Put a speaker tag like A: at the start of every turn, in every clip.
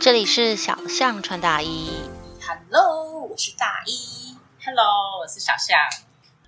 A: 这里是小象穿大衣。
B: Hello，我是大一。
C: Hello，我是小象。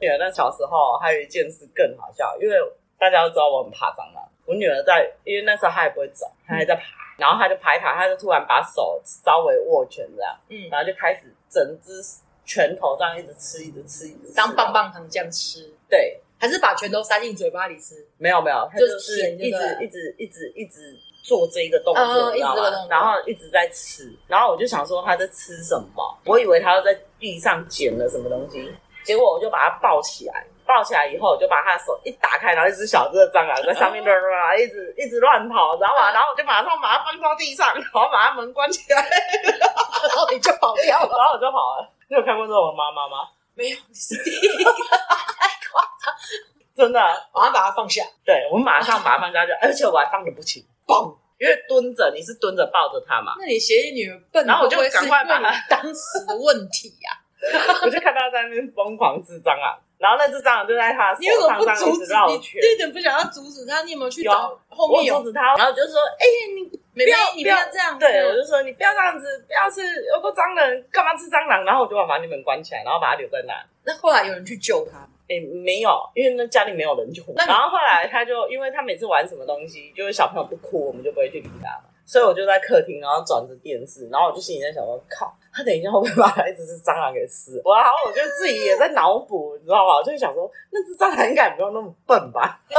D: 女儿在小时候还有一件事更好笑，因为大家都知道我很怕蟑螂。我女儿在，因为那时候她也不会走，她还在爬，然后她就爬一爬，她就突然把手稍微握拳这样，
C: 嗯，
D: 然后就开始整只拳头这样一直吃，一直吃，一直吃。
C: 当棒棒糖这样吃，
D: 对，
C: 还是把拳头塞进嘴巴里 吃？
D: 没有没有，她
C: 就
D: 就是
C: 舔就
D: 一
C: 对
D: 直
C: 了
D: 一直一直一直做这个动
C: 嗯
D: 作，
C: 嗯
D: 你
C: 一直
D: 知道
C: 这个
D: 吗
C: 动作
D: 然后一直在吃，然后我就想说她在吃什么，我以为她在地上捡了什么东西，结果我就把它抱起来。抱起来以后，我就把他的手一打开，然后一只小只的蟑螂在 上面一直一直乱跑，然后啊，然后我就马上把它放到地上，然后把它门关起来，
C: 然后你就跑掉了。
D: 然后我就跑了。你有看过这种妈妈吗？
C: 没有，你是第一个，太夸张。
D: 真的，
C: 马上把它放下，
D: 对我马上把它放下去，而且我还放的不轻，
C: 嘣！
D: 因为蹲着你是蹲着抱着它嘛，
C: 那你嫌疑女儿笨，
D: 然后我就
C: 会不会是
D: 赶快把它
C: 因为你当时的问题啊呀、
D: 我就看到它在那边疯狂吃蟑螂，然后那只蟑螂就在他 手
C: 你为什么不
D: 上这样一
C: 阻
D: 直
C: 止？
D: 绕
C: 你
D: 圈。
C: 你点不想要阻止他？你有没有啊去
D: 有
C: 找后
D: 我
C: 面有
D: 阻？止他，然后我就说：“哎、你
C: 妹妹
D: 不要，
C: 你不要这样。
D: 对，我就说：“你不要这样子，不要吃，有个蟑螂，干嘛吃蟑螂？”然后我就把把你们关起来，然后把它留在那。
C: 那后来有人去救他，
D: 哎、没有，因为那家里没有人就
C: 那你
D: 然后后来他就，因为他每次玩什么东西，就是小朋友不哭，我们就不会去理他嘛。所以我就在客厅，然后转着电视，然后我就心里在想说，靠，他等一下会不会把一只是蟑螂给吃？我然后我就自己也在脑补，你知道吧？我就想说，那只蟑螂应该也不用那么笨吧？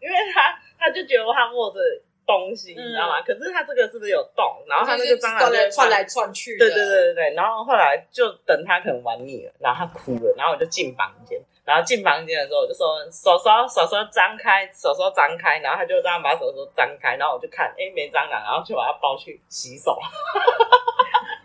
D: 因为他他就觉得他握着东西，你知道
C: 嗯
D: 吗？可是他这个是不是有动？然后他那个蟑螂
C: 窜
D: 就
C: 来
D: 会
C: 窜来窜去的，
D: 对对对对对，然后后来就等他可能玩腻了，然后他哭了，然后我就进房间，然后进房间的时候我就说手手手手张开，手手张开，然后他就这样把手手张开，然后我就看，哎，没蟑螂，然后就把它抱去洗手。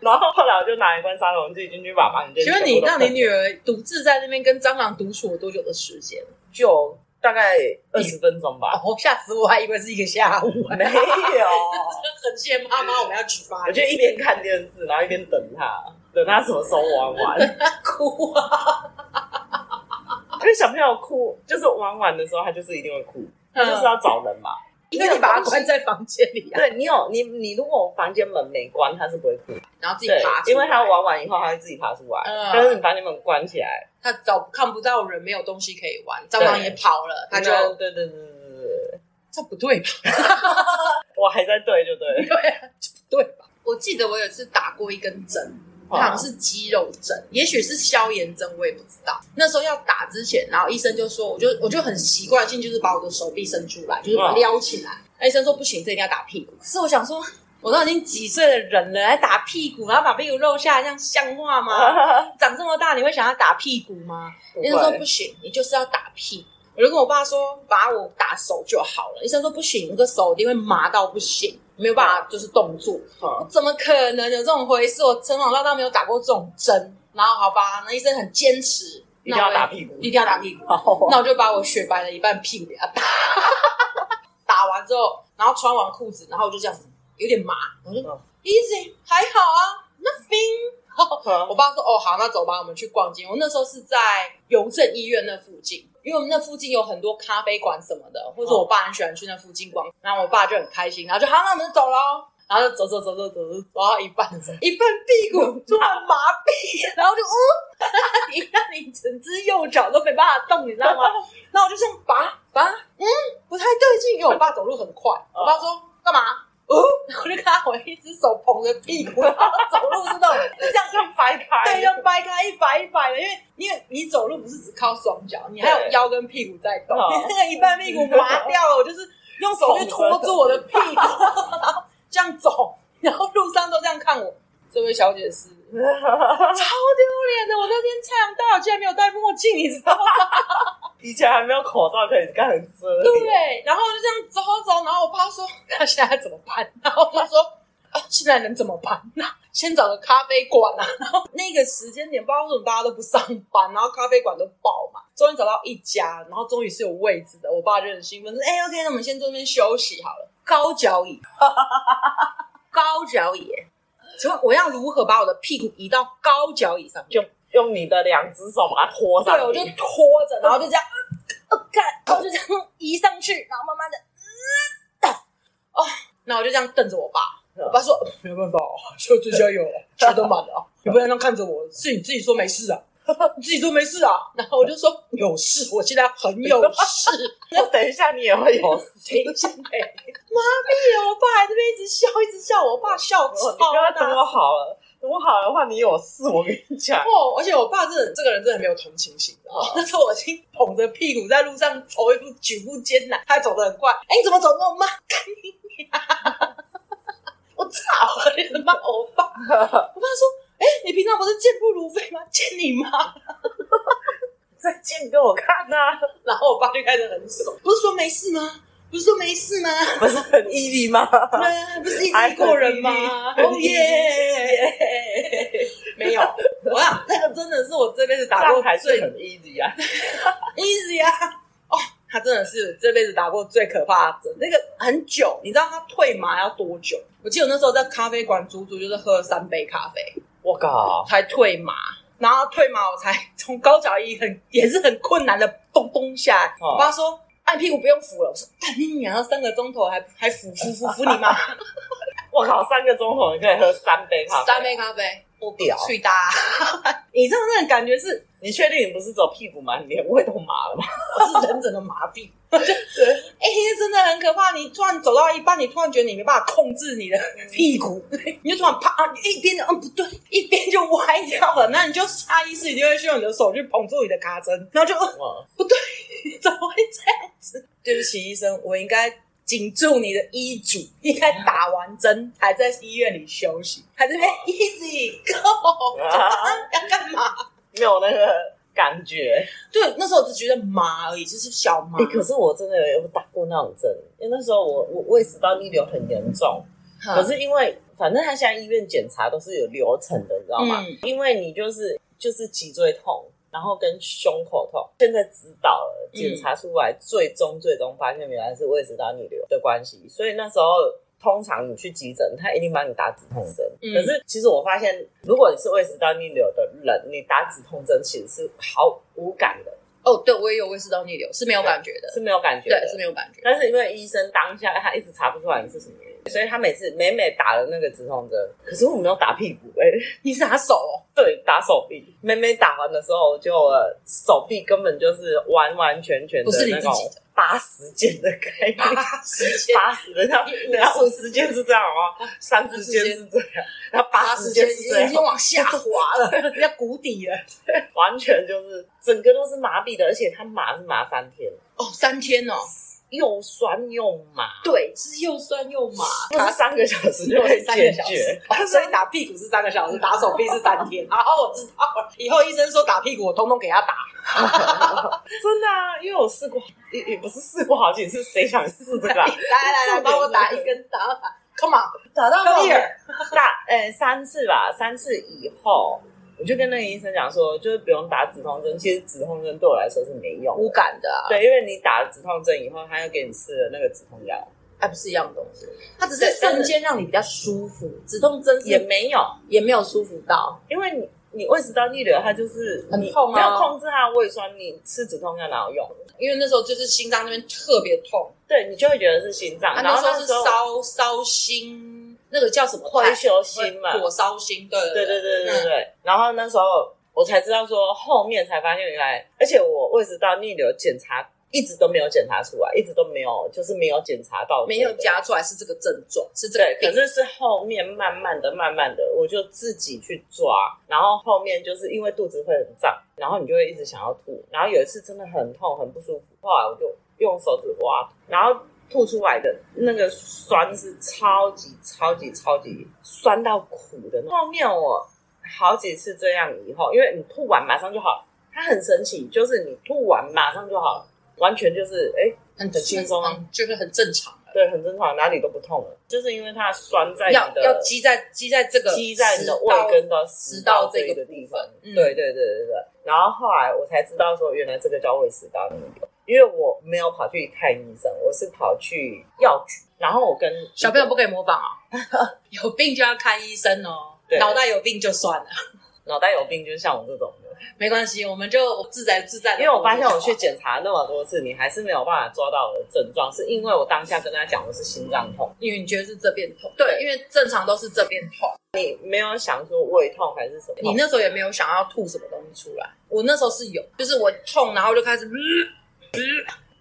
D: 然后后来我就拿一罐杀虫剂进去把房间。
C: 请问你让你女儿独自在那边跟蟑螂独处了多久的时间？
D: 就大概二十分钟吧？
C: 哦，吓死我，还以为是一个下午。
D: 没有，
C: 很谢妈妈，我们要举发
D: 我就一边看电视，然后一边等他，等他什么时候玩完。
C: 哭啊！
D: 因为小朋友哭，就是玩完的时候，他就是一定会哭，他就是要找人嘛。
C: 因为你把它关在房间里啊，
D: 嗯 对你有你你如果房间门没关，他是不会哭，
C: 然后自己
D: 对
C: 爬，出来，
D: 因为他玩完以后他会自己爬出来。
C: 嗯
D: 但是你房间门关起来，
C: 他找看不到人，没有东西可以玩，蟑螂也跑了，他就
D: 对对对对对对，
C: 这不对吧？
D: 我还在对就对了，
C: 对啊，这不对吧？哦我记得我有一次打过一根针，好像是肌肉针，也许是消炎针，我也不知道。那时候要打之前，然后医生就说，我就我就很习惯性就是把我的手臂伸出来，就是把它撩起来。那医生说不行，这一定要打屁股。可是我想说，我都已经几岁的人了，还打屁股，然后把屁股露下来，这样像话 吗？长这么大，你会想要打屁股吗？
D: 不
C: 医生说
D: 会
C: 不行，你就是要打屁。我就跟我爸说，把我打手就好了。医生说不行，那个手一定会麻到不行，没有办法就是动作。
D: 嗯
C: 怎么可能有这种回事？我从小到大没有打过这种针。然后好吧，那医生很坚持，
D: 一定
C: 那
D: 要
C: 我也
D: 打屁股
C: 一定要打屁股。
D: 好
C: 那我就把我雪白的一半屁股给他打， 打完之后，然后穿完裤子，然后我就这样子，有点麻，我就、
D: 嗯
C: easy 还好啊，nothing。然后我
D: 嗯
C: 爸说：“哦，好，那走吧，我们去逛街。”我那时候是在邮政医院那附近，因为我们那附近有很多咖啡馆什么的，或者我爸很喜欢去那附近逛。然后我爸就很开心，然后就好，那我们走喽。然后就走走走走走，走到一半的时候，一半屁股突然麻痹，然后就呜， 你让你整只右脚都没办法动，你知道吗？ 然后我就这样拔拔，嗯，不太对劲，因为我爸走路很快。我爸说：“干嘛？”哦， 然后我就看到我一只手捧着屁股，然后走路是那种这样
D: 这样掰开，
C: 对，要掰开一摆一摆的，因为因为你走路不是只靠双脚，你还有
D: 对
C: 腰跟屁股在动，
D: 嗯
C: 你那个 一半屁股麻掉了，我就是用手去托住我的屁股，然后 这样走，然后路上都这样看我，这位小姐是。超丢脸的！我那天太阳大，我竟然没有戴墨镜，你知道吗？
D: 以前还没有口罩可以干很遮脸，
C: 对，然后就这样走走，然后我爸说：“那现在怎么办？” 然后他说：“啊，现在能怎么办 呢、先找个咖啡馆啊。” 然后那个时间点，不知道为什么大家都不上班，然后咖啡馆都爆满，终于找到一家，然后终于是有位置的。我爸就很兴奋说：“哎、o k 那我们先坐那边休息好了。”高脚椅， 高脚椅耶，请问我要如何把我的屁股移到高脚椅上面？
D: 就用你的两只手把它拖上
C: 对，
D: 去，
C: 我就拖着，然 后就这样，呃呃干、然后就这样移上去，然后慢慢的，呃啊哦，那我就这样瞪着我爸，我爸说没有办法、哦，就这家 有，全都满了、啊，你不能这样看着我，是你自己说没事啊。 你自己说没事啊，然后我就说有事，我现在很有事。
D: 那等一下你也会有事，
C: 谁先陪？妈逼哎了！我爸还这边一直笑，一直笑，我爸笑
D: 你
C: 超
D: 不要等
C: 大。
D: 我好了，等我好了的话，你有事我跟你讲。
C: 哦，而且我爸真的这个人真的没有同情心，你知道 吗？那时候我已经捧着屁股在路上走一步举步艰难，他还走得很快。哎，你怎么走那么慢？ 干你娘！我操！ 你骂我 爸，我爸说：“哎，你平常不是健步如飞吗？ 见你妈！”
D: 再见给我看呐、
C: 然后我爸就开始很爽，不是说没事吗？不是说没事吗？
D: 不是很毅力 吗？
C: 对啊，不是一直过人吗？
D: 很
C: 哦
D: 毅力？Oh
C: 耶！没有，我想那个真的是我这辈子打过
D: 还
C: 最
D: 是很 easy 啊。
C: easy 啊！哦，他真的是这辈子打过最可怕的针，那个很久，你知道他退麻要多久？我记得我那时候在咖啡馆，足足就是喝了三杯咖啡
D: 我靠，
C: 才退麻，然后退麻我才从高脚椅很也是很困难的咚咚下来。
D: 哦
C: 我爸说。按屁股不用扶了，我说干你娘！三个钟头还还扶扶扶扶你 妈！
D: 我靠，三个钟头你可以喝三杯咖啡，
C: 三杯咖啡，我
D: 屌
C: 去搭。 你知道那种感觉是，
D: 你确定你不是走屁股吗？你连胃都麻了吗？
C: 我是人整个麻痹。
D: 对，
C: 哎、真的很可怕。你突然走到一半，你突然觉得你没办法控制你的
D: 嗯
C: 屁股，你就突然啪，啊一边就嗯不对，一边就歪掉 了。那你就下意识一定会是用你的手去捧住你的卡针，然后就、 呃、
D: 哇，
C: 不对，怎么会这样子？对不起，医生，我应该。紧住你的医嘱，应该打完针还在医院里休息，还在那边
D: 哦
C: easy go，要干嘛？
D: 啊没有那个感觉。
C: 对，那时候我只觉得麻而已，就是小麻。
D: 哎、可是我真的有打过那种针，因为那时候我我胃食道逆流很严重，
C: 哈
D: 可是因为反正他现在医院检查都是有流程的，你知道吗？
C: 嗯
D: 因为你就是就是脊椎痛，然后跟胸口痛，现在知道了，
C: 嗯
D: 检查出来，最终最终发现原来是胃食道逆流的关系，所以那时候。通常你去急诊，他一定帮你打止痛针。
C: 嗯
D: 可是其实我发现，如果你是胃食道逆流的人，你打止痛针其实是毫无感的，
C: 哦，对我也有胃食道逆流，是没有感觉的，
D: 是没有感觉的。
C: 对，是没有感觉。
D: 但是因为医生当下他一直查不出来你是什么原因，所以他每次每每打了那个止痛针，可是我没有打屁股哎、
C: 你是拿手哦，
D: 对，打手臂。每每打完的时候，就呃手臂根本就是完完全全
C: 不
D: 的
C: 是你
D: 那
C: 自己
D: 种八十肩的概念，
C: 时间
D: 八十的，然后然后五十肩是这样哦，三十肩是这样，然后八十肩是这
C: 已经
D: 样，
C: 往下滑了， 要谷底了。
D: 完全就是整个都是麻痹的，而且他麻是麻三天，
C: 哦，三天哦，
D: 又酸又麻。
C: 对，是又酸又麻，
D: 那是三个小时就会
C: 三个
D: 解
C: 小
D: 决
C: 时，，哦 所以打屁股是三个小时，打手臂是三 天。然后我知道了，以后医生说打屁股，我通通给他打。
D: 真的啊，因为我试过，也也不是试过好几次，谁想试 这个、啊？
C: 来来来，帮我打一根，打打，Come on，
D: 打到
C: 后面
D: 大呃、三次吧，三次以后，我就跟那个医生讲说，就是不用打止痛针。其实止痛针对我来说是没用
C: 无
D: 的，
C: 感的啊，
D: 对，因为你打了止痛针以后，他又给你吃了那个止痛药，
C: 还不是一样的东西，它只是瞬间让你比较舒服，止痛针是
D: 也没有，
C: 也没有舒服到。
D: 因为你。你胃食道逆流，它就是
C: 很
D: 你
C: 痛啊
D: 没有控制它的胃酸，你吃止痛药哪有用？
C: 因为那时候就是心脏那边特别痛，
D: 对你就会觉得是心脏，
C: 啊，
D: 然
C: 那
D: 后
C: 时候
D: 那
C: 是
D: 时候
C: 烧烧心，那个叫什么
D: 退休心嘛，
C: 火烧心，对嗯
D: 对对
C: 对
D: 对对对。然后那时候我才知道说，后面才发现原来，而且我胃食道逆流检查一直都没有检查出来，一直都没有，就是没有检查到，
C: 没有。夹出来是这个症状，是这
D: 对
C: 个，
D: 可
C: 病。
D: 是是后面慢慢的、慢慢的，我就自己去抓，然后后面就是因为肚子会很胀，然后你就会一直想要吐，然后有一次真的很痛、很不舒服，后来我就用手指挖，然后吐出来的那个酸是超级、超级、超级酸到苦的那种。后面我好几次这样以后，因为你吐完马上就好了，它很神奇，就是你吐完马上就好了，完全就是哎、
C: 很
D: 很轻松啊
C: 嗯就是很正常的。
D: 对，很正常，哪里都不痛了，就是因为它酸在你
C: 要
D: 的
C: 要积在积在这个
D: 积在你的
C: 食
D: 胃
C: 道
D: 跟到
C: 食
D: 食
C: 道
D: 道
C: 这
D: 这
C: 个
D: 个
C: 部
D: 地
C: 分
D: 方。。
C: 嗯
D: 对，对对对对。然后后来我才知道说，原来这个叫胃食道逆流，因为我没有跑去看医生，我是跑去药局。然后我跟
C: 小 朋友不可以模仿啊，有病就要看医生哦
D: 对，
C: 脑袋有病就算了。
D: 脑袋有病就是像我这种的，
C: 没关系，我们就自在自在地
D: 因为我发现我
C: 工作
D: 去
C: 就好
D: 检查那么多次，你还是没有办法抓到我的症状，是因为我当下跟他讲我是心脏痛，
C: 因为你觉得是这边痛，对，因为正常都是这边痛。
D: 你没有想说胃痛还是什么痛，
C: 你那时候也没有想要吐什么东西出来，我那时候是有，就是我痛，然后就开始，嗯嗯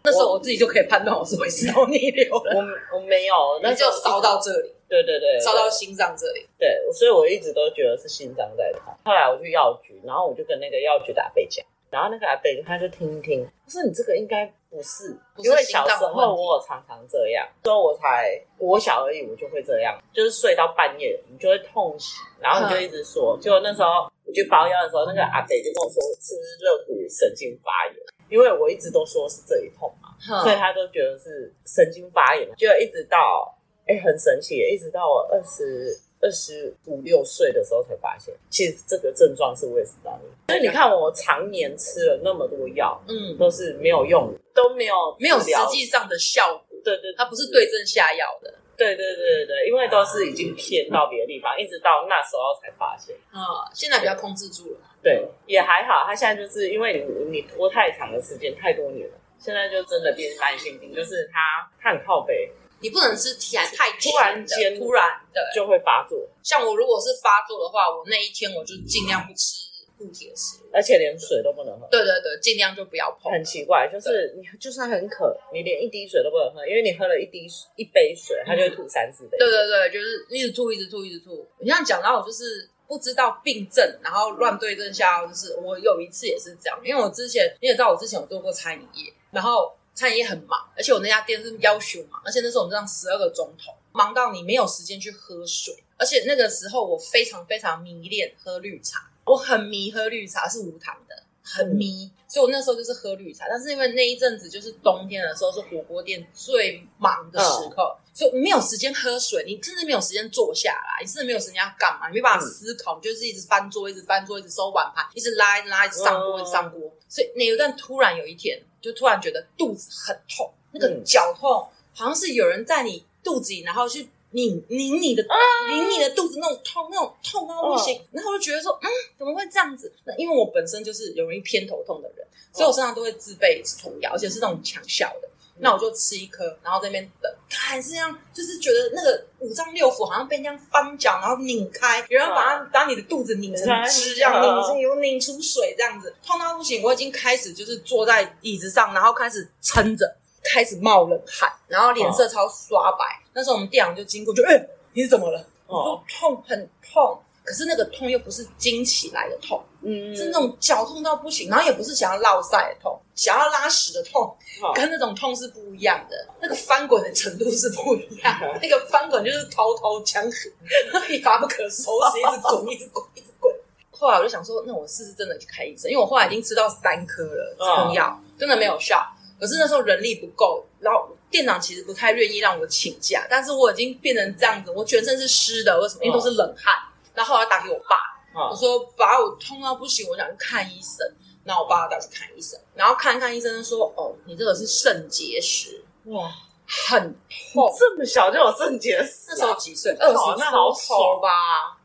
C: 那时候我自己就可以判断我是胃食道逆流了，
D: 我我没有，那
C: 那
D: 时候
C: 就烧到这里，
D: 对对对，
C: 烧到心脏这里。
D: 对，所以我一直都觉得是心脏在痛。后来我去药局，然后我就跟那个药局的阿贝讲，然后那个阿贝他就听一听，他说你这个应该不是，
C: 不是
D: 因为
C: 心脏
D: 小
C: 的
D: 时候
C: 问题
D: 我有常常这样，所以我才我小而已，我就会这样，就是睡到半夜你就会痛醒，然后
C: 嗯
D: 你就一直说，结果那时候我去包药的时候，那个阿贝就跟我说是不是肋骨神经发炎，因为我一直都说是这里痛嘛，所以他都觉得是神经发炎，就一直到哎、很神奇耶，一直到我二十二十五六岁的时候才发现，其实这个症状是胃食道炎。所以你看，我常年吃了那么多药，
C: 嗯，
D: 都是没有用的，都没有
C: 没有
D: 治
C: 实
D: 疗
C: 际上的效果，
D: 对对，
C: 它不是对症下药的。
D: 对对对对对，因为都是已经偏到别的地方，一直到那时候才发现。
C: 啊、现在比较控制住了。
D: 对，也还好，他现在就是因为你你拖太长的时间，太多年了。现在就真的变慢性病，就是他他很靠北
C: 你不能吃太太
D: 突然间
C: 甜的突然对，
D: 就会发作，
C: 像我如果是发作的话，我那一天我就尽量不吃固体的食物。
D: 而且连水都不能喝。
C: 对对对，尽量就不要碰。
D: 很奇怪，就是你就算很渴，你连一滴水都不能喝，因为你喝了一滴水一杯水，它就会吐三四杯。
C: 嗯对对对，就是一直吐，一直吐，一直吐。你像讲到我就是不知道病症，然后乱对症下药，就是我有一次也是这样，因为我之前你也知道，我之前有做过餐饮业，然后餐饮业很忙，而且我那家店是要求忙，而且那时候我们这样十二个钟头，忙到你没有时间去喝水，而且那个时候我非常非常迷恋喝绿茶，我很迷喝绿茶，是无糖的。很迷，所以我那时候就是喝绿茶，但是因为那一阵子就是冬天的时候，是火锅店最忙的时刻，所以没有时间喝水，你甚至没有时间坐下来，你甚至没有时间要干嘛，你没办法思考，你就是一直翻桌，一直翻桌，一直收碗盘，一直拉，一直拉，一直上
D: 哦
C: 锅，一直上锅。所以那一段突然有一天，就突然觉得肚子很痛，那个
D: 嗯
C: 绞痛好像是有人在你肚子里，然后去拧拧你的拧你的肚子那种痛，那种痛到不行。然后我就觉得说，嗯，怎么会这样子？那因为我本身就是有容易偏头痛的人，所以我身上都会自备止痛药，而且是那种强效的。那我就吃一颗，然后在那边等，看是这样，就是觉得那个五脏六腑好像被这样翻搅，然后拧开，有人把它把你的肚子拧成汁，这样拧成有拧出水这样子，痛到不行。我已经开始就是坐在椅子上，然后开始撑着，开始冒冷汗，然后脸色超刷白。那时候我们店长就经过，就哎、你是怎么了？我
D: 哦，
C: 说痛，很痛。可是那个痛又不是惊起来的痛，
D: 嗯
C: 是那种绞痛到不行，然后也不是想要落塞的痛，想要拉屎的痛，
D: 好
C: 跟那种痛是不一样的。那个翻滚的程度是不一样的，那个翻滚就是滔滔江河，一发不可收拾，一直滚，一直滚，一直滚。后来我就想说，那我试试真的去看医生，因为我后来已经吃到三颗了止痛药，真的没有效。可是那时候人力不够，然后店长其实不太愿意让我请假，但是我已经变成这样子，我全身是湿的，为什么？因为都是冷汗。然后后来打给我爸，我
D: 哦
C: 说把我痛到不行，我想去看医生。然后我爸带我去看医生，然后看一看医生说：“哦，你这个是肾结石，
D: 哇，
C: 很痛。
D: 这么小就有肾结”
C: 那
D: 石
C: 时候
D: 啊，
C: 几岁？二
D: 那
C: 十
D: 好那好
C: 出头吧，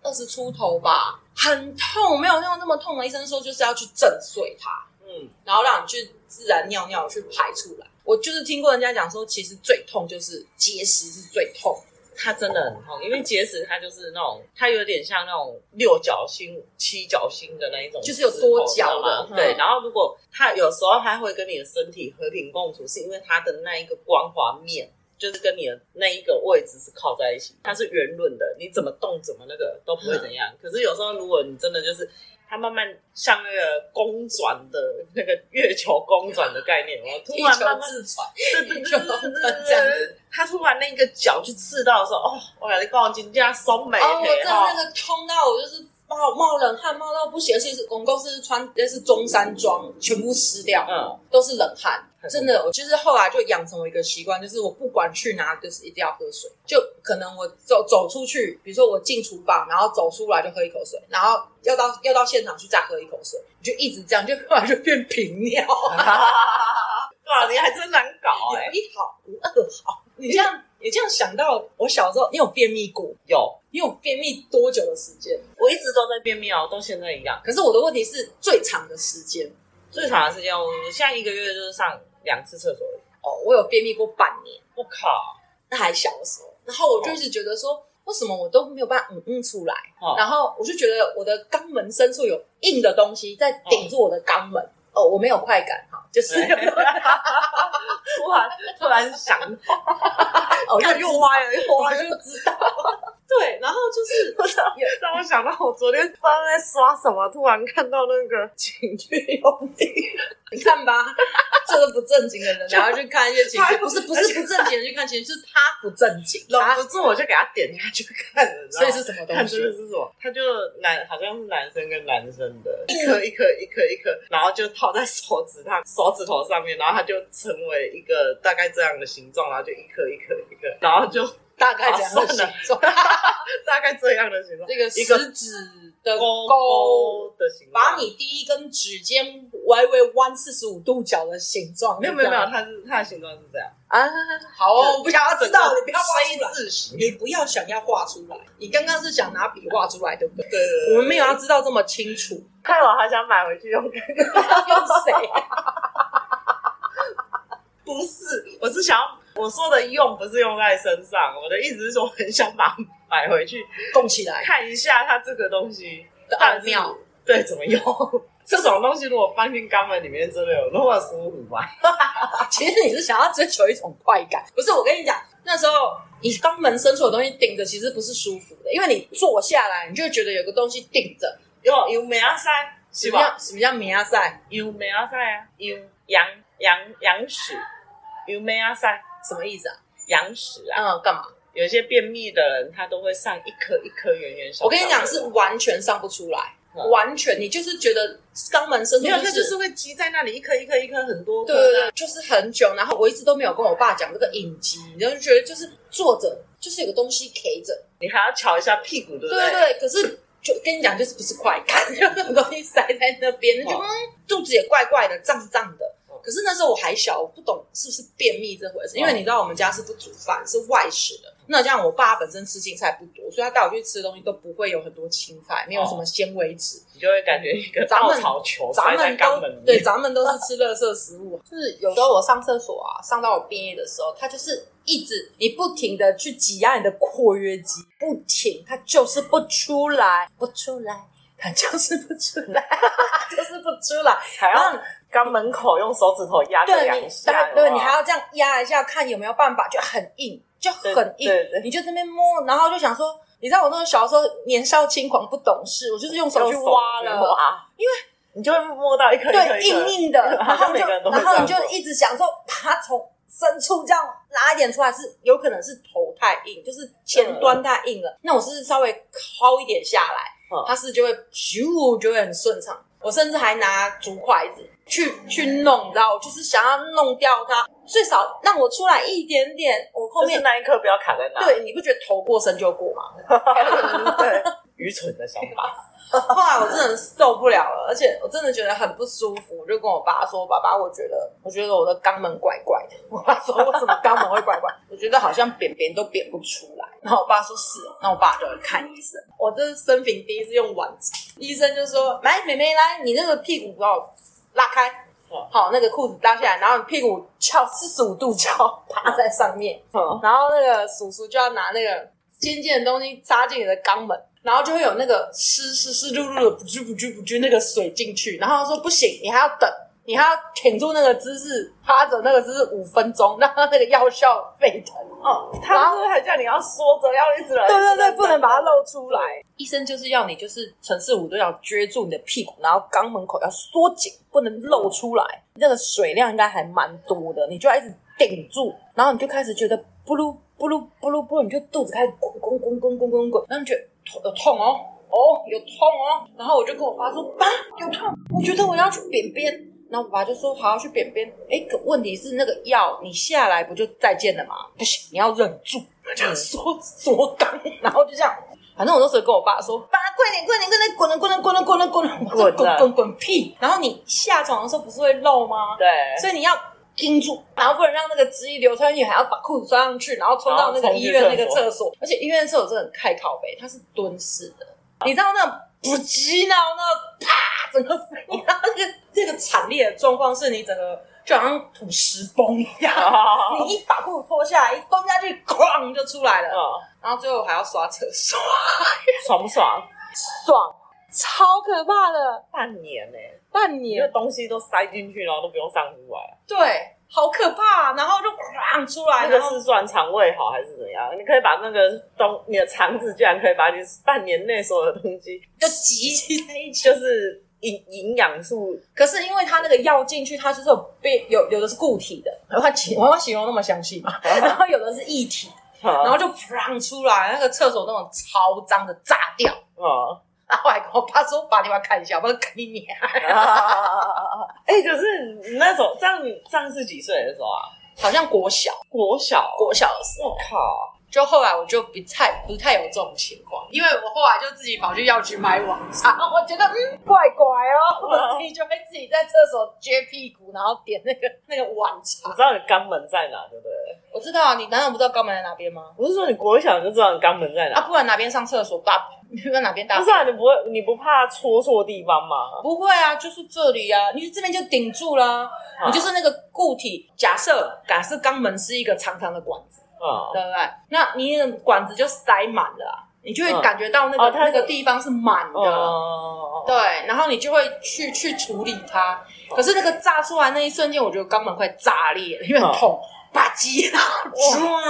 C: 二十出头吧，很痛，没有用那么痛的。医生说就是要去震碎它，
D: 嗯，
C: 然后让你去自然尿尿去排出来。我就是听过人家讲说，其实最痛就是结石是最痛，
D: 它真的很痛，因为结石它就是那种，它有点像那种六角星、七角星的那一种石头，
C: 就是有多角嘛
D: 嘛，对。
C: 嗯
D: 然后如果它有时候它会跟你的身体和平共处，是因为它的那一个光滑面。就是跟你的那一个位置是靠在一起，它是圆润的，你怎么动怎么那个都不会怎
C: 嗯
D: 样。可是有时候如果你真的就是它慢慢像那个公转的那个月球公转的概念，我突
C: 一
D: 然
C: 球
D: 慢慢
C: 自传。
D: 对对对对对对这样子。他突然那个脚去刺到的时候，哦，我来告诉你，这样松美
C: 哦，我真
D: 黑
C: 的那
D: 哈，
C: 个痛到我就是冒冒冷汗，冒到不行，而且是我们公司是穿那是中山装，全部湿掉，
D: 嗯
C: 都是冷汗
D: 太恐怖。
C: 真的，我就是后来就养成我一个习惯，就是我不管去哪，就是一定要喝水。就可能我走走出去，比如说我进厨房，然后走出来就喝一口水，然后要到要到现场去再喝一口水，你就一直这样，就后来就变频尿。
D: 哦哇，你还真难搞哎、
C: 有一好无二好，你这样也这样想到，我小时候你有便秘过，
D: 有，
C: 你有便秘多久的时间？
D: 我一直都在便秘哦，到现在一样。
C: 可是我的问题是最长的时间
D: 最长的时间，我现在一个月就是上两次厕所而已。
C: 哦，我有便秘过半年，
D: 我靠！
C: 那还小的时候，然后我就一直觉得说，为什么我都没有办法嗯嗯出来？
D: 哦
C: 然后我就觉得我的肛门深处有硬的东西在顶住我的肛门，哦，我没有快感哈，就是
D: 突然突然想到，
C: 哦，
D: 看
C: 又
D: 又歪了，又
C: 我
D: 歪
C: 就
D: 了，
C: 知道，对，然后就是
D: 让我想到我昨天不知道在刷什么，突然看到那个情趣用品，
C: 你看吧，这个不正经的人，然后去看一些情绪，不是不是不正经的去看情绪，是他不正经，
D: 忍
C: 他
D: 不住我就给他点下去看了，你知道
C: 所
D: 吗
C: 以是什么
D: 看
C: 东西
D: 这？个是什么？它就男，好像是男生跟男生的，
C: 嗯
D: 一颗一颗一颗一颗，然后就套在手指上手指头上面，然后它就成为一个大概这样的形状，然后就一颗一颗一颗，然后就
C: 大概这样的形 状，
D: 大概这样的形状，
C: 这个
D: 一个
C: 食指的
D: 勾
C: 勾，
D: 勾的形状。
C: 把你第一根指尖微微弯四十五度角的形状，
D: 没有没有
C: 这
D: 没有，
C: 样
D: 它是它的形状是这样，
C: 啊，好哦，
D: 就
C: 我不想要知道，你不要画出来
D: 非，字形。
C: 你不要想要画出来，你刚刚是想拿笔画出来，对不对？
D: 对对对，
C: 我们没有要知道这么清楚，
D: 看我好想买回去用看看。
C: 用谁 啊？
D: 不是，我是想要我说的用，不是用在身上。我的意思是说，我很想把它买回去
C: 动起来
D: 看一下它这个东西
C: 的奥妙。
D: 对怎么用。 这种东西如果放进肛门里面，真的有那么舒服吗？
C: 其实你是想要追求一种快感，不是？我跟你讲，那时候你肛门深处的东西顶着，其实不是舒服的，因为你坐下来，你就会觉得有个东西顶着。
D: 有有梅阿塞
C: 什
D: 是
C: 么
D: 吧？
C: 叫什么叫米亚啊塞？
D: 有梅阿塞啊，有羊羊羊屎，有梅阿塞
C: 什么意思啊？
D: 羊屎啊。
C: 嗯，干嘛？
D: 有一些便秘的人，他都会上一颗一颗圆圆小小的。
C: 我跟你讲，是完全上不出来，
D: 嗯
C: 完全你就是觉得肛门深处
D: 没有，
C: 就
D: 它
C: 是
D: 就是会啊积在那里，一颗一颗一颗很多颗
C: 对对对，就是很久，然后我一直都没有跟我爸讲这个隐疾，你就觉得就是坐着就是有个东西 K 着，
D: 你还要瞧一下屁股，对不
C: 对对对，可是就跟你讲，就是不是快感，就很多东西塞在那边，那就
D: 哦
C: 嗯，肚子也怪怪的，胀胀的
D: 哦。
C: 可是那时候我还小，我不懂是不是便秘这回事，因为
D: 哦
C: 你知道我们家是不煮饭，是外食的。那像我爸本身吃青菜不多，所以他带我去吃的东西都不会有很多青菜，没有
D: 哦
C: 什么纤维质。
D: 你就会感觉一个稻草球
C: 咱
D: 塞在
C: 们
D: 肛
C: 都
D: 门里面。
C: 对，咱们都是吃垃圾食物。啊就是有时候我上厕所啊，上到我便业的时候，它就是一直你不停的去挤压你的括约肌，不停，它就是不出来，不出来，它就是不出来， 就是不出来。
D: 还
C: 然
D: 要
C: 后
D: 肛门口用手指头压个
C: 对
D: 两
C: 你
D: 下，，
C: 对
D: 有没
C: 你
D: 有
C: 还要这样压一下，看有没有办法，就很硬，就
D: 对
C: 很硬。
D: 对对
C: 你就这边摸，然后就想说，你知道我那时候小时候年少轻狂不懂事，我就是用手去
D: 用
C: 挖
D: 去
C: 了，
D: 挖，因为你就会摸到一颗一颗
C: 对，
D: 一颗
C: 硬硬的，
D: 对
C: 然后
D: 好像
C: 就
D: 每个人都会
C: 然后你
D: 这
C: 就
D: 样做
C: 一直想说，把它从深处这样拉一点出来是，有可能是头太硬，就是前端太硬了。那我是稍微抠一点下来，
D: 嗯
C: 它是就会咻就会很顺畅。我甚至还拿竹筷子去去弄，你知道，我就是想要弄掉它，最少让我出来一点点。我后
D: 就是
C: 面
D: 那一颗不要卡在那。
C: 对，你不觉得头过身就过吗？
D: 对， 愚蠢的想法。
C: 后来我真的受不了了，而且我真的觉得很不舒服，我就跟我爸说：“爸爸，我觉得，我觉得我的肛门怪怪的。”我爸说：“为什么肛门会怪怪？我觉得好像扁扁都扁不出来。”然后我爸说：“是哦。”那我爸就去看医生。我这是生平第一次用丸子，医生就说：“来，妹妹来，你那个屁股把我拉开
D: 哦，
C: 好，那个裤子拉下来，然后你屁股翘四十五度角趴在上面。”
D: 嗯，
C: 然后那个叔叔就要拿那个尖尖的东西插进你的肛门，然后就会有那个湿湿湿漉漉的不啾不啾不啾那个水进去，然后他说不行，你还要等，你还要挺住那个姿势，趴着那个姿势五分钟，让它那个药效沸腾。
D: 哦，他们还叫你要缩着，要一直来。
C: 露出来。医生就是要你就是城市五都要撅住你的屁股，然后肛门口要缩紧，不能露出来。那个水量应该还蛮多的，你就要一直顶住，然后你就开始觉得不噜不噜不噜不噜，你就肚子开始滚滚滚滚滚滚滚，然后你觉得头有痛哦。哦，有痛哦！然后我就跟我爸说：“爸，有痛，我觉得我要去便便。”然后我爸就说：“好，去便便。”哎，可问题是那个药你下来不就再见了吗？不行，你要忍住，就缩缩肛，然后就这样。反正我那时候跟我爸说：“爸，快点，快点，快点，滚了，滚了，滚了，滚了，滚了，我说
D: 滚
C: 滚
D: 了
C: 滚滚屁！”然后你下床的时候不是会漏吗？
D: 对，
C: 所以你要盯住，然后不能让那个汁液流出来，你还要把裤子穿上去，然后冲到那
D: 然
C: 个
D: 后冲
C: 医
D: 去
C: 院那个
D: 厕所
C: 厕所，而且医院厕所真的很开靠背，它是蹲式的，你知道那种不急闹那啪，整个你知道那个那个惨烈的状况是你整个就好像土石崩一样，
D: 哦
C: 你一把裤子脱下来，一蹲下去，哐就出来了，
D: 嗯，
C: 然后最后还要刷厕所，
D: 爽不 爽？
C: 爽，超可怕的，
D: 半年呢、欸，
C: 半
D: 你的东西都塞进去，然后都不用上出来。
C: 对，好可怕、啊然后就哐出来，
D: 那个
C: 然后
D: 是算肠胃好还是怎样？你可以把那个东，你的肠子居然可以把你半年内所有的东西，
C: 就集 集在一起。
D: 就是营营养素
C: 可是因为它那个药进去，它就是有被有有的是固体的，然后它形我要形容那么详细 嘛，然后有的是液体，然后就砰啊出来，那个厕所那种超脏的炸掉。
D: 嗯
C: 然后还跟我爸说：“爸，你把它看一下，我说看你娘。
D: 啊！哎、可是你那时候这样，这样是几岁的时候啊？”
C: 好像国小，
D: 国小，
C: 国小的时候，
D: 我靠！
C: 就后来我就不太不太有这种情况，因为我后来就自己跑去药局买网茶，我觉得嗯怪怪哦， 我自己就会自己在厕所撅屁股，然后点那个那个晚
D: 你
C: 茶
D: 知。道你肛门在哪，对不对？
C: 我知道啊，你难道不知道肛门在哪边吗？
D: 我是说你国小就知道你肛门在
C: 啊，
D: 哪，
C: 不然哪边上厕所大， 不然哪边大
D: 不是啊？你不会，你不怕戳错地方吗？
C: 不会啊，就是这里啊，你这边就顶住啦、
D: 啊
C: 你就是那个固体。假设假设肛门是一个长长的管子，
D: 嗯，
C: 对不对？那你的管子就塞满了啊、你就会
D: 嗯
C: 感觉到那个、
D: 哦它
C: 那
D: 是
C: 个地方是满的。
D: 哦，
C: 啊对，然后你就会去去处理它。可是那个炸出来那一瞬间，我觉得肛门快炸裂了，因为
D: 哦
C: 很痛，吧唧，然后唰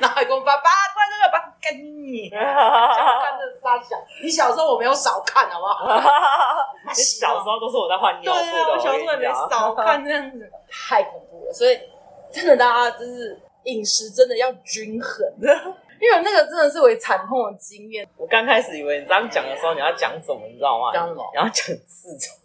C: 然后 还跟我爸爸，快这个把干你。看这沙小，你小时候我没有少看，好不好？
D: 你小时候都是我在换
C: 对
D: 尿布的，
C: 啊，我小时候也没少看这样子，太恐怖了。所以真的，大家就是饮食真的要均衡， 因为那个真的是我惨痛的经验。
D: 我刚开始以为你这样讲的时候你要讲什么，你知道吗？
C: 讲什么
D: 你要讲痔疮。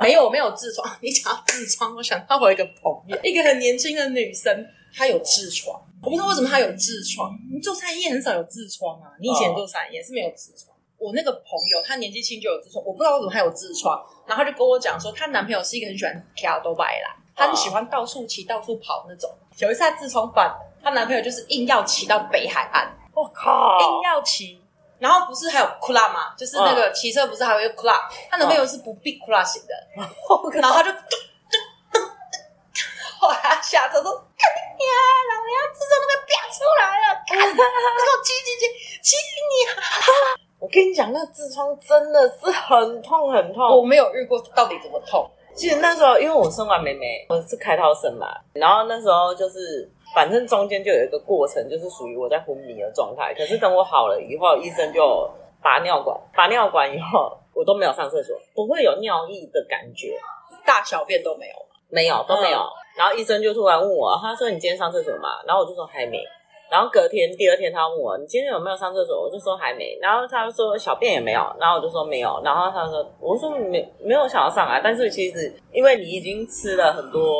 C: 没有没有痔疮， 你讲到痔疮，我想到我有一个朋友，一个很年轻的女生，她有痔疮，我不知道为什么她有痔疮。你做餐饮业很少有痔疮啊，你以前做餐饮业是没有痔疮。我那个朋友，她年纪轻就有痔疮，我不知道为什么她有痔疮，然后她就跟我讲说，她男朋友是一个很喜欢跳都白啦，她很喜欢到处骑、到处跑那种。有一次她痔疮犯了，她男朋友就是硬要骑到北海岸，
D: 我靠！
C: 硬要骑。然后不是还有 c l a 嘛，就是那个骑车不是还有一个 c l a 她男朋友是不必 c l a 型的，然后他就后来他下车说：“干你娘！老娘自从那个表出来了，干，然后骑骑骑骑
D: 我跟你讲，那痔疮真的是很痛很痛。
C: 我没有遇过到底怎么痛，
D: 其实那时候，因为我生完妹妹，我是开刀生嘛，然后那时候就是，反正中间就有一个过程，就是属于我在昏迷的状态。可是等我好了以后，医生就拔尿管，拔尿管以后，我都没有上厕所，不会有尿意的感觉，
C: 大小便都没有。
D: 没有都没有。
C: 嗯
D: 然后医生就突然问我，他说你今天上厕所吗？然后我就说还没。然后隔天第二天他问我你今天有没有上厕所，我就说还没。然后他就说小便也没有，然后我就说没有。然后他说我说没没有想要上啊来，但是其实因为你已经吃了很多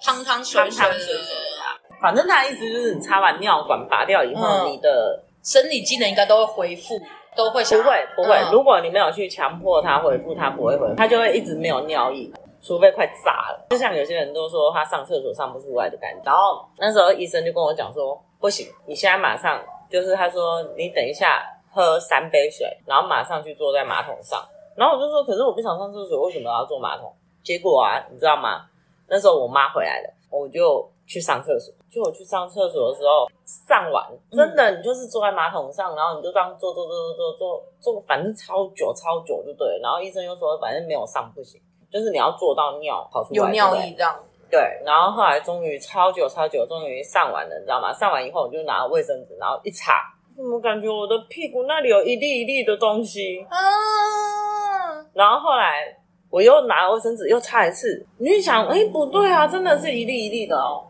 C: 汤汤水水
D: 汤汤水水啊，反正他的意思就是你插完尿管拔掉以后，
C: 嗯
D: 你的
C: 生理机能应该都会恢复，都会
D: 不
C: 想
D: 会不会，
C: 嗯
D: 如果你没有去强迫他回复，他不会回复，他就会一直没有尿意，除非快炸了。就像有些人都说他上厕所上不出来的感觉。然后那时候医生就跟我讲说，不行，你现在马上就是他说你等一下喝三杯水，然后马上去坐在马桶上。然后我就说，可是我不想上厕所，为什么要坐马桶？结果啊，你知道吗？那时候我妈回来了，我就去上厕所。就我去上厕所的时候，上完
C: 嗯
D: 真的，你就是坐在马桶上，然后你就这样坐坐坐坐坐坐坐，反正超久超久就对了。然后医生又说，反正没有上不行，就是你要做到尿跑出来，
C: 有尿
D: 对不对
C: 意这样。
D: 对，然后后来终于超久超久，终于上完了，你知道吗？上完以后我就拿卫生纸，然后一擦，怎么感觉我的屁股那里有一粒一粒的东西？
C: 啊，
D: 然后后来我又拿卫生纸又擦一次，你就想，哎，不对啊，真的是一粒一粒的哦。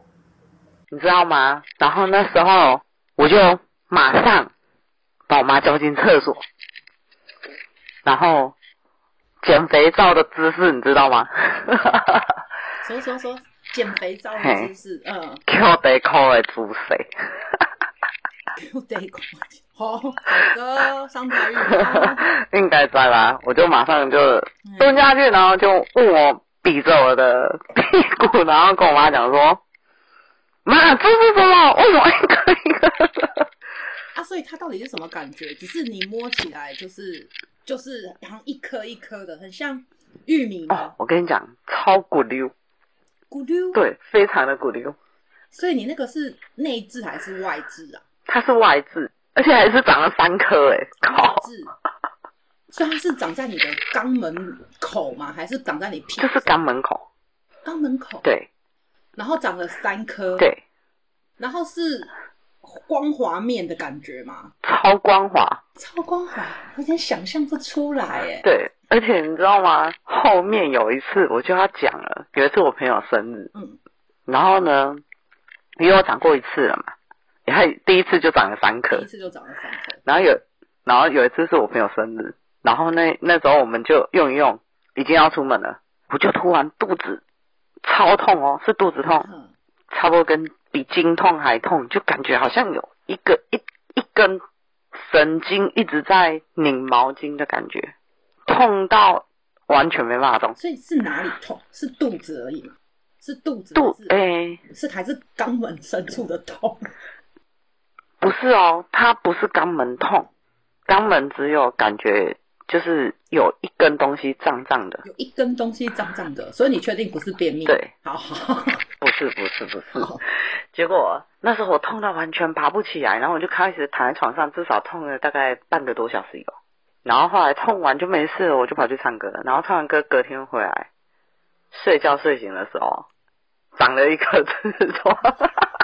E: 你知道吗？然后那时候我就马上把我妈叫进厕所，然后减肥皂的姿势，你知道吗？
F: 说说说，减肥皂的
E: 嘿
F: 姿势，嗯，
E: Q 得扣的姿势，
F: 又 得一口，好，好的，上台语啊，
C: 哦
E: 嗯应该在吧？我就马上就蹲下去，然后就问我。避着我的屁股，然后跟我妈讲说：“妈，这是什么？为什么一个一个？”
C: 啊，所以它到底是什么感觉？只是你摸起来就是就是好像一颗一颗的，很像玉米
E: 哦
C: 吗？，
E: 我跟你讲，超骨溜，
C: 咕噜。，
E: 对，非常的骨溜，
C: 所以你那个是内置还是外置啊？
E: 它是外痔，而且还是长了三颗，哎，
C: 外
E: 靠！
C: 置。所以它是长在你的肛门口吗？还是长在你屁股
E: 就
C: 上？
E: 是肛门口，
C: 肛门口。。
E: 对
C: 然后长了三颗。。
E: 对，
C: 然后是光滑面的感觉吗？
E: 超光滑，
C: 超光滑，我有点想象不出来哎。
E: 对，而且你知道吗？后面有一次我就要讲了，有一次我朋友生日，
C: 嗯，
E: 然后呢，因为我长过一次了嘛，然后第一次就长了三颗
C: 第一，次就长了三颗。
E: 然后有，然后有一次是我朋友生日，然后那那时候我们就用一用，已经要出门了，我就突然肚子超痛哦，是肚子痛，
C: 嗯，
E: 差不多跟比经痛还痛，就感觉好像有一个一一根神经一直在拧毛巾的感觉，痛到完全没办法动。
C: 所以是哪里痛？是肚子而已嘛？是肚子
E: 肚
C: 还
E: 哎诶、
C: 是是还是肛门深处的痛？
E: 不是哦，它不是肛门痛，肛门只有感觉就是有一根东西胀胀的，
C: 有一根东西胀胀的，所以你确定不是便秘？
E: 对，
C: 好好好
E: 不是不是不是。
C: 好，
E: 结果那时候我痛到完全爬不起来，然后我就开始躺在床上，至少痛了大概半个多小时有。然后后来痛完就没事了，我就跑去唱歌了。然后唱完歌隔天回来，睡觉睡醒的时候长了一颗痔疮，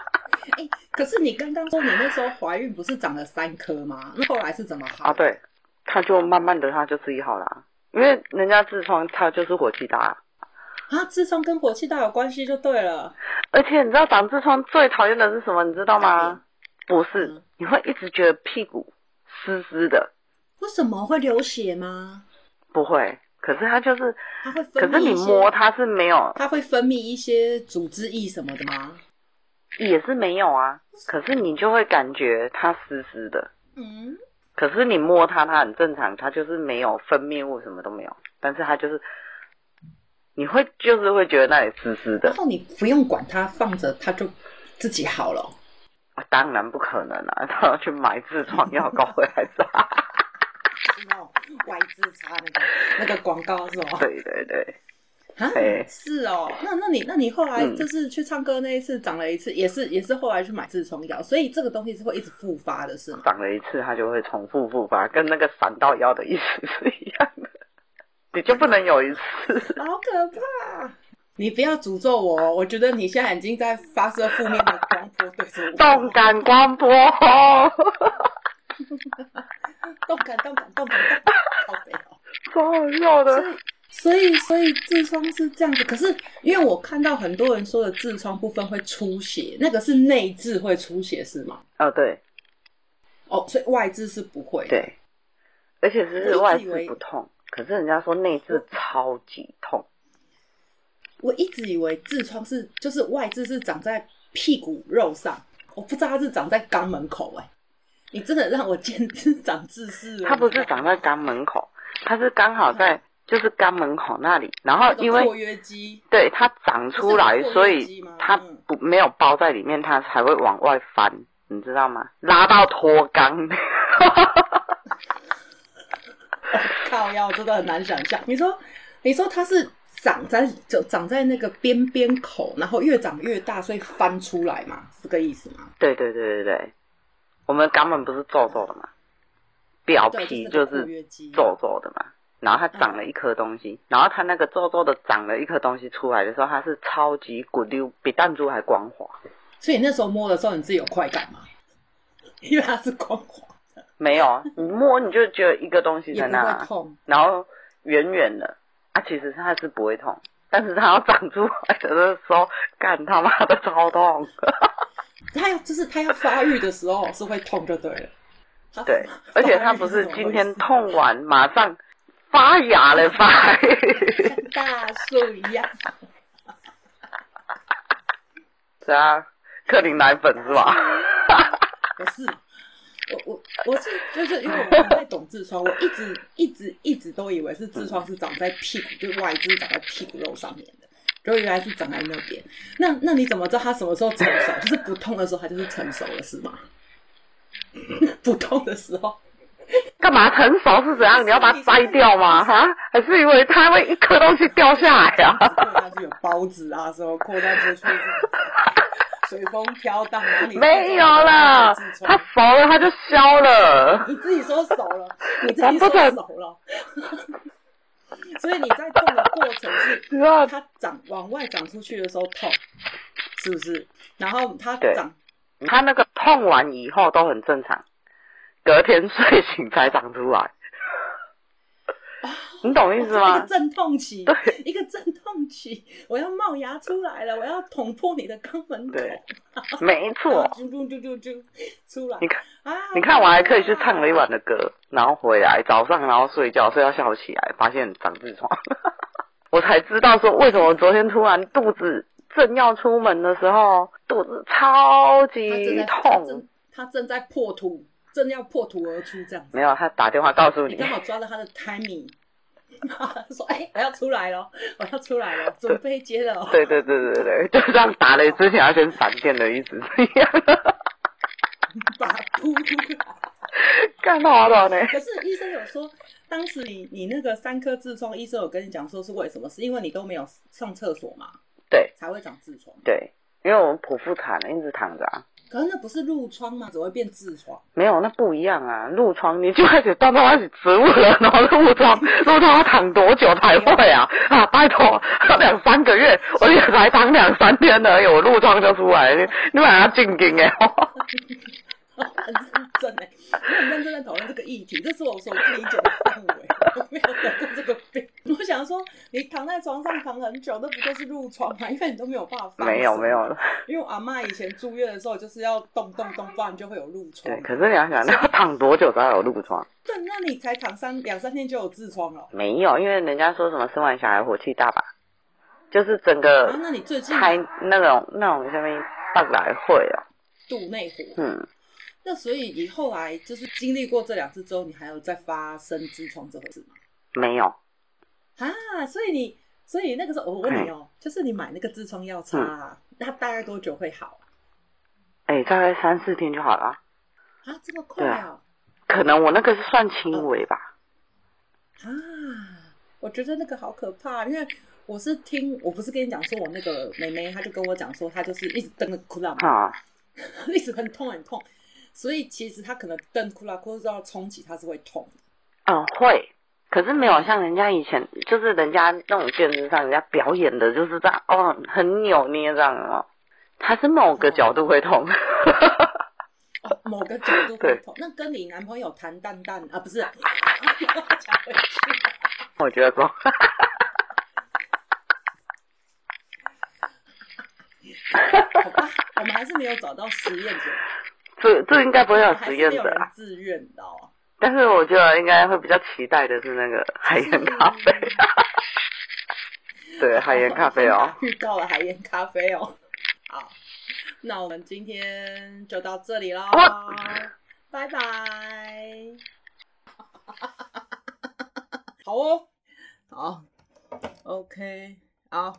C: 可是你刚刚说你那时候怀孕不是长了三颗吗？那后来是怎么好？
E: 啊，，对，它就慢慢的它就自己好了啊，因为人家痔疮它就是火气大啊，
C: 啊，痔疮跟火气大有关系就对了。
E: 而且你知道长痔疮最讨厌的是什么，你知道
C: 大便
E: 吗？不是
C: 嗯，
E: 你会一直觉得屁股湿湿的，
C: 为什么会流血吗？
E: 不会，可是它就是
C: 它会
E: 可
C: 分
E: 是
C: 泌
E: 你
C: 一些，
E: 摸它是没有，
C: 它会分泌一些组织液什么的吗？
E: 也是没有啊。可是你就会感觉它湿湿的。
C: 嗯，
E: 可是你摸它，它很正常，它就是没有分泌物，什么都没有。但是它就是，你会就是会觉得那里湿湿的
C: 然。后你不用管它，放着它就自己好了哦。
E: 啊当然不可能啊， 他要去买痔疮药膏回来擦。
C: 哦，外资差那个那个广告是吗？
E: 对对对，
C: 啊
E: 哎，
C: 是哦。那那你那你后来
E: 嗯
C: 就是去唱歌那一次长了一次，也是也是后来去买痔疮药，所以这个东西是会一直复发的，是吗？
E: 长了一次它就会重复复发，跟那个闪到腰的意思是一样的。你就不能有一次。
C: 好可怕！你不要诅咒我哦，我觉得你现在已经在发射负面的光波对着我。
E: 动感光波。哦
C: 动感动感动感动感，好美哦！
E: 超好笑的。
C: 所以，所以痔疮是这样子。可是，因为我看到很多人说的痔疮部分会出血，那个是内痔会出血是吗？
E: 哦，对
C: 哦，所以外痔是不会的。
E: 对，而且只是
C: 我
E: 外
C: 一直以为
E: 痔不痛，可是人家说内痔超级痛，
C: 我一直以为痔疮是就是外痔是长在屁股肉上，我不知道它是长在肛门口哎、你真的让我见识长痔是了。
E: 它不是长在肛门口，它是刚好在就是肛门口那里，然后
C: 嗯那个
E: 因
C: 括
E: 为
C: 约肌，
E: 对它长出来，
C: 不是有括约
E: 所以
C: 肌吗
E: 它
C: 嗯
E: 不没有包在里面，它才会往外翻，你知道吗？拉到脱肛。
C: 靠腰真的很难想象。你说，你说它是长在就长在那个边边口，然后越长越大，所以翻出来嘛，是这个意思吗？
E: 对对对对对，我们肛门不是皱皱的吗？表
C: 对啊
E: 皮
C: 就
E: 就是
C: 那个括约
E: 是
C: 肌
E: 皱皱的嘛，然后它长了一颗东西，
C: 嗯
E: 然后它那个皱皱的长了一颗东西出来的时候，它是超级滚溜，比弹珠还光滑。
C: 所以你那时候摸的时候，你自己有快感吗？ 因为它是光滑，
E: 没 有，啊，你摸你就觉得一个东西
C: 也
E: 在
C: 不
E: 那
C: 会
E: 啊，
C: 痛。
E: 然后圆圆的啊，其实它是不会痛，但是它要长出来的时候，干他妈的超痛。
C: 它要就是它要发育的时候是会痛就对了。它
E: 对，而且它不是今天痛完马上发芽了发。
C: 跟 大树一样，
E: 是啊，克林奶粉是吧？
C: 我是我我我是就是因为我不太懂痔疮，我一直一直一直都以为是痔疮是长在屁股，就是外痔长在屁股肉上面的，结果原来是长在那边。那那你怎么知道它什么时候成熟？就是不痛的时候，它就是成熟了，是吗？ 不痛的时候，
E: 干嘛成熟是怎样？你要把它摘掉吗？哈，还是因为它会一颗东西掉 下来啊？
C: 扩散就有包子啊，什么扩散出去，随风飘荡，哪里
E: 没有啦
C: 痔，疮
E: 它熟了它就消了。
C: 你自己说熟了，你自己说熟了， 所以你在痛的过程是
E: 你知道
C: 它长往外长出去的时候痛，是不是？然后它
E: 对
C: 长，
E: 它那个痛完以后都很正常，隔天睡醒才长出来。你懂意思
C: 哇一
E: 吗
C: 个？阵痛期，一个阵痛期，我要冒芽出来了，我要捅破你的肛门口，
E: 对没
C: 然
E: 错
C: 后，啾啾啾啾啾出来
E: 你看，
C: 啊！
E: 你看我还可以去唱了一晚的歌，然后回来早上然后睡觉，睡到下午起来发现长痔疮， 我才知道说为什么昨天突然肚子正要出门的时候肚子
C: 它
E: 超
C: 正
E: 级
C: 在它
E: 痛
C: 正，它正在破土，正要破土而出这样子。
E: 没有他打电话告诉
C: 你
E: 你
C: 刚，好抓到他的 timing，说：“哎、我要出来了，我要出来了，准备接了。”
E: 对对对对对，就这样打雷之前要先闪电的意思一样，
C: 把扑。
E: 干嘛的呢？
C: 可是医生有说，当时你你那个三颗痔疮，医生有跟你讲说是为什么？是因为你都没有上厕所嘛，
E: 对
C: 才会长痔疮。
E: 对，因为我们剖腹产一直躺着啊。
C: 可是那不是褥疮吗？只会变痔疮。
E: 没有，那不一样啊！褥疮你就开始当到开始植物了，然后褥疮， 褥疮要躺多久才会啊？啊，拜托，两三个月，我也才躺两三天而已，我褥疮就出来了，你你把它进京哎！
C: 很认真哎、我很认真在讨论这个议题，这是我所不理解的范围， 我没有得过这个病。我想说，你躺在床上躺很久，那不就是褥疮吗？因为你都没有办法翻身。
E: 没有没有，
C: 因为我阿妈以前住院的时候，就是要动动动，不然就会有褥疮
E: 对，。可是你要想，那要躺多久才有褥疮？
C: 对，那你才躺三两三天就有痔疮了。
E: 没有，因为人家说什么生完小孩火气大吧，就是整个
C: 啊，那你最近
E: 开那种那种什么半来会啊，
C: 肚内火，
E: 嗯，
C: 那所以你后来就是经历过这两次之后，你还有再发生痔疮这回事吗？
E: 没有，
C: 啊，所以你，所以那个时候我问你哦、就是你买那个痔
E: 嗯
C: 疮药擦、啊，那、大概多久会好啊？
E: 哎、大概三四天就好了啊，
C: 啊，这么快
E: 对
C: 哦、
E: 啊可能我那个是算轻微吧。
C: 啊，我觉得那个好可怕，因为我是听，我不是跟你讲说我那个妹妹，她就跟我讲说，她就是一直蹬着哭啦嘛，
E: 啊，
C: 一直很痛很痛，所以其实她可能蹬啊哭啦哭到冲击，她是会痛的。
E: 嗯，会，可是没有像人家以前，就是人家那种电视上人家表演的，就是这样哦，很扭捏这样哦。他是某个角度会痛，
C: 哦，某个角度会痛，那跟你男朋友谈蛋蛋啊，不是啊，讲回去。
E: 我觉得说，
C: 好吧，我们还是没有找到实验者，
E: 这这应该不会有
C: 还
E: 实
C: 是没
E: 验
C: 有
E: 的
C: 人
E: 啊。
C: 自愿，哦你知道吗？
E: 但是我觉得应该会比较期待的是那个海盐咖啡，对，海盐咖 啡哦。，
C: 遇到了海盐咖啡哦。好，那我们今天就到这里喽
E: 哇，
C: 拜 拜。好哦，好，OK，好，